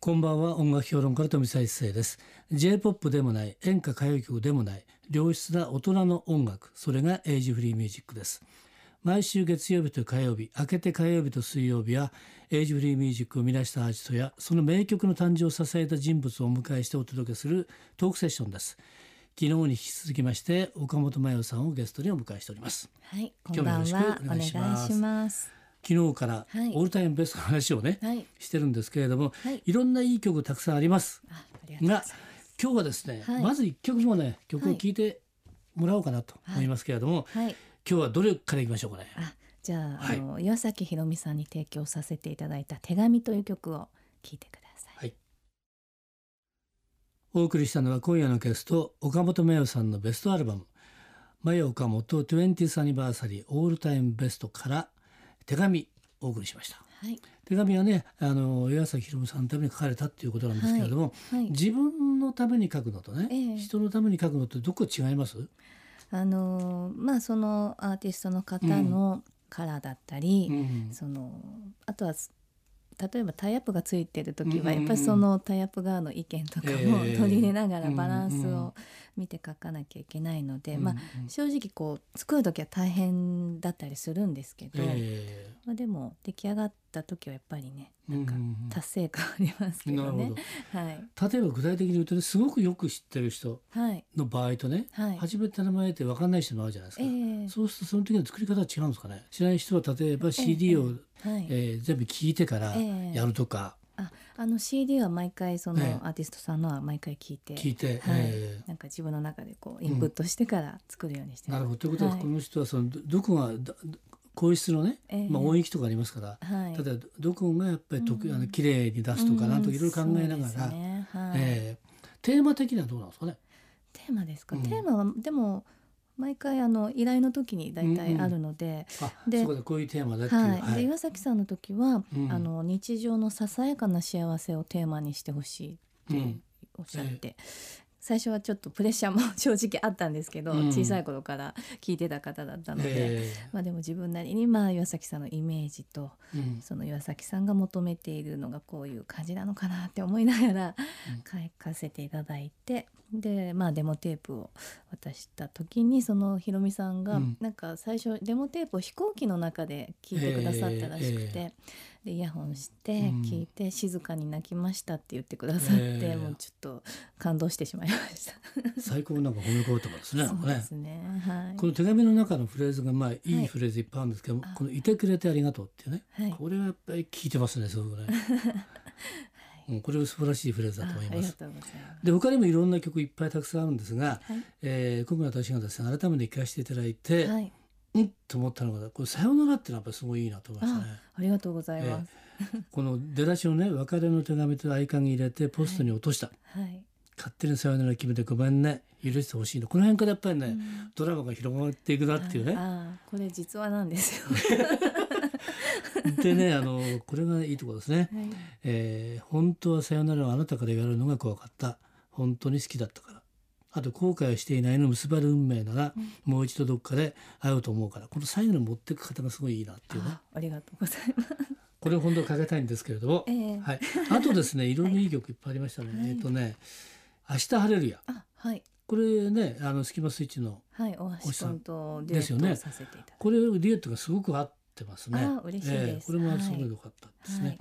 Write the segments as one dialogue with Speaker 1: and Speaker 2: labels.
Speaker 1: こんばんは音楽評論家の富澤一世です J-POP でもない演歌歌謡曲でもない良質な大人の音楽それがエイジフリーミュージックです毎週月曜日と火曜日明けて火曜日と水曜日はエイジフリーミュージックを生み出したアーティストやその名曲の誕生を支えた人物をお迎えしてお届けするトークセッションです昨日に引き続きまして岡本真代さんをゲストにお迎えしております
Speaker 2: はい、こんば
Speaker 1: 今
Speaker 2: ん
Speaker 1: 日もよろ
Speaker 2: は
Speaker 1: しくお
Speaker 2: お
Speaker 1: 願
Speaker 2: 願
Speaker 1: い
Speaker 2: い
Speaker 1: し
Speaker 2: し
Speaker 1: ます
Speaker 2: ます。
Speaker 1: 昨日から
Speaker 2: はい
Speaker 1: オールタイムベストの話をね、
Speaker 2: はい、
Speaker 1: してるんですけれども、
Speaker 2: はいい、
Speaker 1: ろんないい曲たくさんあります
Speaker 2: あ、ありがとうござい
Speaker 1: が
Speaker 2: ます。
Speaker 1: 今日はですね、
Speaker 2: はい
Speaker 1: まず一曲もね曲を聴いてもらおうかなと思いますけれども、
Speaker 2: はい、
Speaker 1: 今日はどれからいきましょうかね
Speaker 2: あ、じゃあ、
Speaker 1: はい
Speaker 2: あの岩崎宏美さんに提供させていただいた手紙という曲を聞いてください。
Speaker 1: お送りしたのは今夜のゲスト岡本真代さんのベストアルバム「真代岡本 20th アニバーサリーオールタイムベスト」から手紙お送りしました
Speaker 2: はい、
Speaker 1: 手紙はねあの岩崎宏美さんのために書かれたっていうことなんですけれども、
Speaker 2: はい、
Speaker 1: 自分のために書くのとね、
Speaker 2: ええ
Speaker 1: 人のために書くのってどこ違います、
Speaker 2: あのーまあそのアーティストの方のカラーだったり、
Speaker 1: ん
Speaker 2: そのあとは例えばタイアップがついてる
Speaker 1: う
Speaker 2: 時
Speaker 1: んうんう
Speaker 2: は
Speaker 1: ん
Speaker 2: やっぱりそのタイアップ側の意見とかも
Speaker 1: ええ
Speaker 2: 取り入れながらバランス
Speaker 1: うんうん
Speaker 2: を見て書かなきゃいけないので、
Speaker 1: うん
Speaker 2: まあ
Speaker 1: うん
Speaker 2: 正直こう作る時は大変だったりするんですけど、
Speaker 1: え
Speaker 2: まあ、でも出来上がった時はやっぱりね
Speaker 1: え
Speaker 2: なんか
Speaker 1: うんうんうん
Speaker 2: 達成感ありますけ
Speaker 1: な
Speaker 2: ど
Speaker 1: る
Speaker 2: ね。
Speaker 1: ほど
Speaker 2: はい
Speaker 1: 例えば具体的に言うとねすごくよく知ってる人
Speaker 2: はい
Speaker 1: の場合とね、
Speaker 2: はい。
Speaker 1: 初めて名前って分かんない人もあるじゃないです
Speaker 2: え
Speaker 1: か、
Speaker 2: え
Speaker 1: そうするとその時の作り方は違うんですかね知らない人は例えば CD を、
Speaker 2: はい
Speaker 1: えー全部聞いてから
Speaker 2: ええ
Speaker 1: やるとか
Speaker 2: ああの CD は毎回その
Speaker 1: ええ
Speaker 2: アーティストさんのは毎回聞いて、
Speaker 1: 聞いて、
Speaker 2: はい
Speaker 1: え
Speaker 2: なんか自分の中でこうインプットしてから作るようにし
Speaker 1: ー
Speaker 2: て
Speaker 1: な
Speaker 2: ます
Speaker 1: るほどということは、
Speaker 2: はい
Speaker 1: この人はそのどどこがだ皇室のね、
Speaker 2: ええ
Speaker 1: まあ、音域とかありますから、
Speaker 2: はい、
Speaker 1: 例えばどこがやっぱり得、
Speaker 2: うん
Speaker 1: あの綺麗に出すとかなんとかいろいろ考えな
Speaker 2: うん
Speaker 1: が
Speaker 2: そう
Speaker 1: ら、
Speaker 2: ですねはい
Speaker 1: えーテーマ的にはどうなんですかね
Speaker 2: テーマですか、
Speaker 1: うん
Speaker 2: テーマはでも毎回あの依頼の時に大
Speaker 1: うん
Speaker 2: 体
Speaker 1: うん
Speaker 2: あるので、
Speaker 1: あ
Speaker 2: で
Speaker 1: そこでこういうテーマだっていう、
Speaker 2: はい
Speaker 1: はい
Speaker 2: で岩崎さんの時は、
Speaker 1: うん
Speaker 2: あの日常のささやかな幸せをテーマにしてほしいって
Speaker 1: うん
Speaker 2: おっしゃって、最初はちょっとプレッシャーも正直あったんですけど、
Speaker 1: うん
Speaker 2: 小さい頃から聞いてた方だったので、
Speaker 1: え
Speaker 2: まあ、でも自分なりにまあ岩崎さんのイメージと
Speaker 1: ーうん
Speaker 2: その岩崎さんが求めているのがこういう感じなのかなって思いながら書かせていただいてでまあデモテープを渡した時にそのひろみさん
Speaker 1: う
Speaker 2: が
Speaker 1: ん
Speaker 2: なんか最初デモテープを飛行機の中で聞いてくださったらしく
Speaker 1: え
Speaker 2: てでイヤホンして
Speaker 1: うん
Speaker 2: 聞いて静かに泣きましたって言ってくださっ
Speaker 1: ええ
Speaker 2: てもうちょっと感動してしまいました。
Speaker 1: 最高なんか褒め言葉です ね。なん
Speaker 2: そ
Speaker 1: か
Speaker 2: うで
Speaker 1: ね
Speaker 2: すねはい
Speaker 1: この手紙の中のフレーズがまあい
Speaker 2: はいい
Speaker 1: フレーズいっぱいあるんですけども、
Speaker 2: あ
Speaker 1: この「いてくれてありがとう」っていうね、
Speaker 2: はい
Speaker 1: これはやっぱり聞いてますねすごく ね、うん、これは素晴らしいフレーズだと
Speaker 2: あ
Speaker 1: 思い
Speaker 2: あ
Speaker 1: ま
Speaker 2: りが
Speaker 1: す。
Speaker 2: とうございます。
Speaker 1: で他にもいろんな曲いっぱいたくさんあるんですが、
Speaker 2: はい
Speaker 1: えー今回私がですね改めて聞かせていただいて、
Speaker 2: はい、
Speaker 1: うんと思ったのがこれ「さよなら」っていうのはやっぱりすごいいいなと思いましたね。
Speaker 2: ありがとうございます。
Speaker 1: この出だしをね別れの手紙と合鍵入れてポストに落とした、
Speaker 2: はい。
Speaker 1: 勝手に「さよなら」決めてごめんね許してほしいのこの辺からやっぱりね、
Speaker 2: うん
Speaker 1: ドラマが広がっていくなっていうね。
Speaker 2: ああこれ実話なんですよ。
Speaker 1: でねあのこれがいいところですね、
Speaker 2: はい
Speaker 1: えー本当はさよならをあなたから言われるのが怖かった本当に好きだったからあと後悔していないの結ばれる運命なら、もう一度どっかで会うと思うからこの最後の持っていく方がすごいいいなっていうね
Speaker 2: あありがとうございます。
Speaker 1: これを本当はかけたいんですけれども、
Speaker 2: ええ
Speaker 1: はい、あとですねいろいろいい曲いっぱいありましたね、
Speaker 2: はい
Speaker 1: えっ、とね「明日晴れるや
Speaker 2: あはい」
Speaker 1: これねあのスキマスイッチの
Speaker 2: はい大橋君とデュエ
Speaker 1: ですよね
Speaker 2: ットをさせていただ
Speaker 1: これデュエットがすごく合ってますね
Speaker 2: あ嬉しいです
Speaker 1: これもすごい良かったですね、
Speaker 2: はい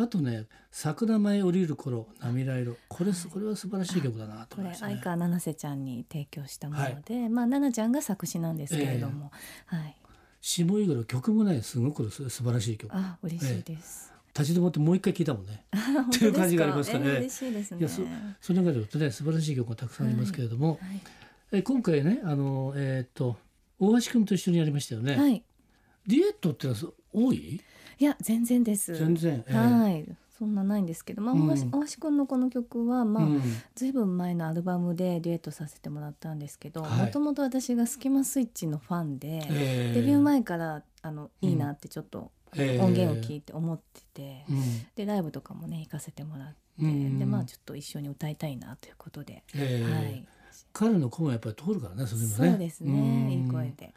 Speaker 1: あとね「桜前降りる頃涙色」これす、
Speaker 2: はい
Speaker 1: これは素晴らしい曲だなと思
Speaker 2: こ
Speaker 1: い
Speaker 2: れ
Speaker 1: ました
Speaker 2: 相
Speaker 1: ね。
Speaker 2: 川七瀬ちゃんに提供したもので、まあ奈々ちゃんが作詞なんですけれども、はい
Speaker 1: 下井黒曲もねすごくす素晴らしい曲
Speaker 2: あ嬉しいです。
Speaker 1: 立ち止まってもう一回聴いたもんね。
Speaker 2: あ 本当
Speaker 1: という感じがありますかね
Speaker 2: ですええ嬉しいです
Speaker 1: い
Speaker 2: ね。
Speaker 1: やそその中でもね素晴らしい曲がたくさんありますけれども、
Speaker 2: は
Speaker 1: え今回ねあのえーっと大橋君と一緒にやりましたよね。
Speaker 2: い、はい、
Speaker 1: デュエットってのはそ多い
Speaker 2: いや全然です。
Speaker 1: 全然。ええ
Speaker 2: はいそんなないんですけど、まあ
Speaker 1: うん
Speaker 2: 大橋大橋君のこの曲はまあ、
Speaker 1: うん
Speaker 2: ずいぶん前のアルバムでデュエットさせてもらったんですけど
Speaker 1: はい
Speaker 2: もともと私がスキマスイッチのファンで、
Speaker 1: ええ
Speaker 2: デビュー前からあの
Speaker 1: うん
Speaker 2: いいなってちょっと
Speaker 1: ええ
Speaker 2: 音源を聞いて思ってて、
Speaker 1: うん
Speaker 2: でライブとかもね行かせてもらって、
Speaker 1: うん
Speaker 2: でまあちょっと一緒に歌いたいなということで、
Speaker 1: ええ
Speaker 2: はい、
Speaker 1: 彼の声もやっぱり通るからねそれもね。
Speaker 2: そうですねいい声
Speaker 1: うん
Speaker 2: で、はい、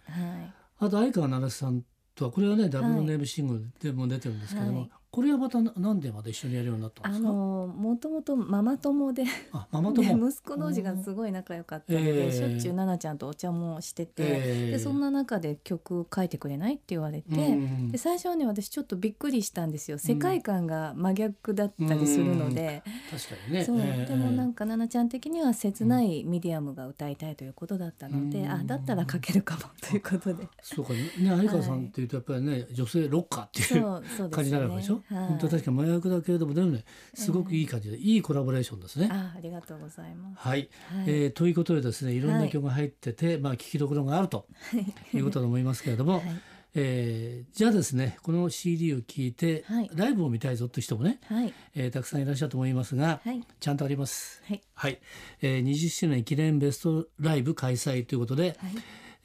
Speaker 1: あと相川七瀬さんとはこれはねダブルネームシングルでも出てるんですけども、
Speaker 2: はい
Speaker 1: これはまたななんでまた一緒にやるようになったんで
Speaker 2: あ
Speaker 1: すか
Speaker 2: のもともとママ友で
Speaker 1: あママ友
Speaker 2: で息子同士がすごい仲良かったの
Speaker 1: え
Speaker 2: で、
Speaker 1: え
Speaker 2: しょっちゅう奈々ちゃんとお茶もしてて、
Speaker 1: ええ
Speaker 2: でそんな中で曲書いてくれないって言われて、
Speaker 1: うん
Speaker 2: で最初はね私ちょっとびっくりしたんですよ世界観が真逆だったりするので、
Speaker 1: 確かにね
Speaker 2: そう
Speaker 1: ええ
Speaker 2: でもなんか奈々ちゃん的には切ないミディアムが歌いたいということだったので、
Speaker 1: うん
Speaker 2: あだったら書けるかもというこ とで。
Speaker 1: そうかね有川さんっていうとやっぱりね、女性ロッカーって
Speaker 2: そ
Speaker 1: いう
Speaker 2: うそうですね
Speaker 1: 感じになるわけでしょ、
Speaker 2: はい
Speaker 1: 本当は確かに麻薬だけれどもでもねすごくいい感じで、いいコラボレーションですね。
Speaker 2: あありがとうございます。
Speaker 1: はい、
Speaker 2: はい
Speaker 1: えーということでですねいろんな曲が入ってて、まあ、聴きどころがあるということだと思いますけれども、
Speaker 2: はい
Speaker 1: えーじゃあですねこの CD を聴いて、
Speaker 2: はい
Speaker 1: ライブを見たいぞって人もね、
Speaker 2: はい
Speaker 1: えーたくさんいらっしゃると思いますが、
Speaker 2: はい
Speaker 1: ちゃんとあります。
Speaker 2: はい
Speaker 1: はい、えー20周年記念ベストライブ開催ということで、
Speaker 2: はい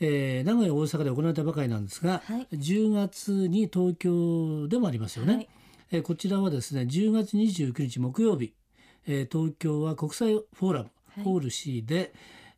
Speaker 1: えー名古屋大阪で行われたばかりなんですが、
Speaker 2: はい
Speaker 1: 10月に東京でもありますよね、
Speaker 2: はい
Speaker 1: えーこちらはですね10月29日木曜日、えー東京は国際フォーラム、
Speaker 2: はい
Speaker 1: ホール C で、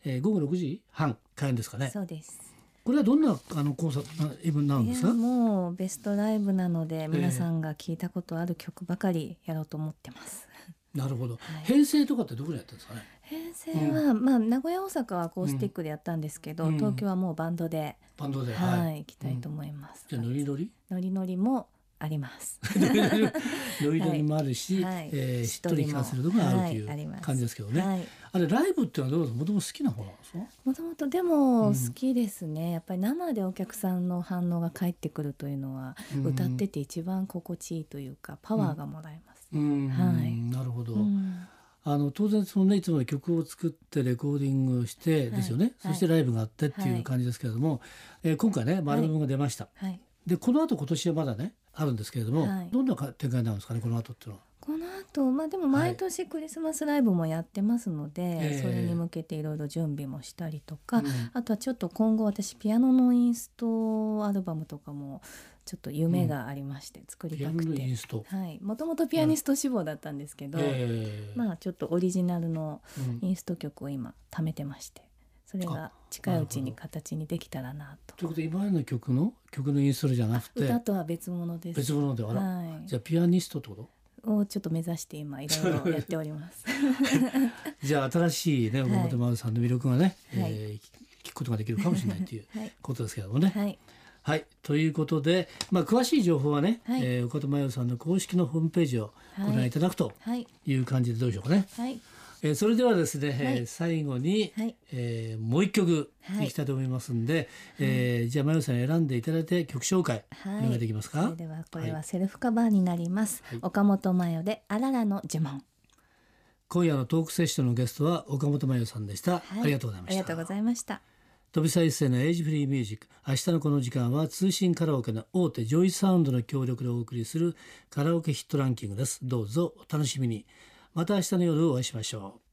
Speaker 1: えー午後6時半開演ですかね
Speaker 2: そうです。
Speaker 1: これはどんなあのコンサートイブなん
Speaker 2: い
Speaker 1: です
Speaker 2: や
Speaker 1: か
Speaker 2: もうベストライブなので皆さんが聞いたことある曲ばかりやろうと思ってます。
Speaker 1: なるほど、
Speaker 2: はい
Speaker 1: 編成とかってどこでやったんですかね
Speaker 2: 編成は、まあ名古屋大阪はアコースティックでやったんですけど、
Speaker 1: うん
Speaker 2: 東京はもうバンドで、
Speaker 1: バンドで
Speaker 2: はい、
Speaker 1: はい
Speaker 2: 行きたいと思います。
Speaker 1: じゃあノリノ リ
Speaker 2: ノリノリもあります。
Speaker 1: ノリノリノリノリもあるし、
Speaker 2: はい
Speaker 1: えーしっとり聞かせるとこがあるとい
Speaker 2: はいあり
Speaker 1: う
Speaker 2: ます
Speaker 1: 感じですけどね、
Speaker 2: はい。
Speaker 1: あれライブっていうのはどうもともと好きな方なんですか
Speaker 2: もともとで
Speaker 1: う
Speaker 2: も
Speaker 1: ん
Speaker 2: 好きですね、やっぱり生でお客さんの反応が返ってくるというのは、
Speaker 1: うん
Speaker 2: 歌ってて一番心地いいというかパワーがもらえます、
Speaker 1: うん、
Speaker 2: はい
Speaker 1: なるほど、
Speaker 2: うん
Speaker 1: あの当然そのねいつも曲を作ってレコーディングをしてですよね、
Speaker 2: はい
Speaker 1: そしてライブがあってってい
Speaker 2: は
Speaker 1: う
Speaker 2: い
Speaker 1: 感じですけれども、えー今回ねアルバムが出ました、
Speaker 2: はい、
Speaker 1: でこの後今年はまだねあるんですけれども、
Speaker 2: はい
Speaker 1: どんなか展開になるんですかねこの後っていうのは。
Speaker 2: この後まあでも毎年クリスマスライブもやってますので、
Speaker 1: ええ
Speaker 2: それに向けていろいろ準備もしたりとか、
Speaker 1: うん
Speaker 2: あとはちょっと今後私ピアノのインストアルバムとかもちょっと夢がありまして作り
Speaker 1: ピ
Speaker 2: た
Speaker 1: アノ
Speaker 2: く
Speaker 1: のイ
Speaker 2: て
Speaker 1: ン、スト、
Speaker 2: はい、もともとピアニスト志望だったんですけど、
Speaker 1: えー
Speaker 2: まあちょっとオリジナルの
Speaker 1: うん
Speaker 2: インスト曲を今貯めてましてそれ
Speaker 1: あ
Speaker 2: が近いうち
Speaker 1: なる
Speaker 2: に
Speaker 1: ほど
Speaker 2: 形にできたらなと
Speaker 1: ということで今までの曲の曲のインストじゃなくて
Speaker 2: 歌とは別物です
Speaker 1: 別物であら、
Speaker 2: はい
Speaker 1: じゃあピアニストって こと
Speaker 2: をちょっと目指して今いろい ろやっております
Speaker 1: じゃあ新しいね
Speaker 2: い
Speaker 1: 岡本真央さんの魅力がね、
Speaker 2: はい
Speaker 1: えー聞くことができるかもしれないという
Speaker 2: はい
Speaker 1: ことですけれどもね。
Speaker 2: はい
Speaker 1: はい、ということで、まあ、詳しい情報はね、
Speaker 2: はい
Speaker 1: えー岡田真代さんの公式のホームページをご覧いただくと
Speaker 2: はい
Speaker 1: いう感じでどうでしょうかね。
Speaker 2: はい
Speaker 1: えーそれではですね、えー
Speaker 2: はい
Speaker 1: 最後に、
Speaker 2: はい
Speaker 1: えーもう一曲
Speaker 2: はい
Speaker 1: いきたいと思いますんで、えーじゃあ真代さんに選んでいただいて曲紹介
Speaker 2: はい
Speaker 1: お願いできますか。
Speaker 2: それではこれはセルフカバーになります、岡本真代であららの呪文
Speaker 1: 今夜のトークセッションのゲストは岡本真代さんでした、
Speaker 2: はい
Speaker 1: ありがとうございま
Speaker 2: あり
Speaker 1: し
Speaker 2: がと
Speaker 1: た
Speaker 2: うご。ざいました
Speaker 1: 飛び再生のエイジフリーミュージック明日のこの時間は通信カラオケの大手ジョイサウンドの協力でお送りするカラオケヒットランキングですどうぞお楽しみにまた明日の夜お会いしましょう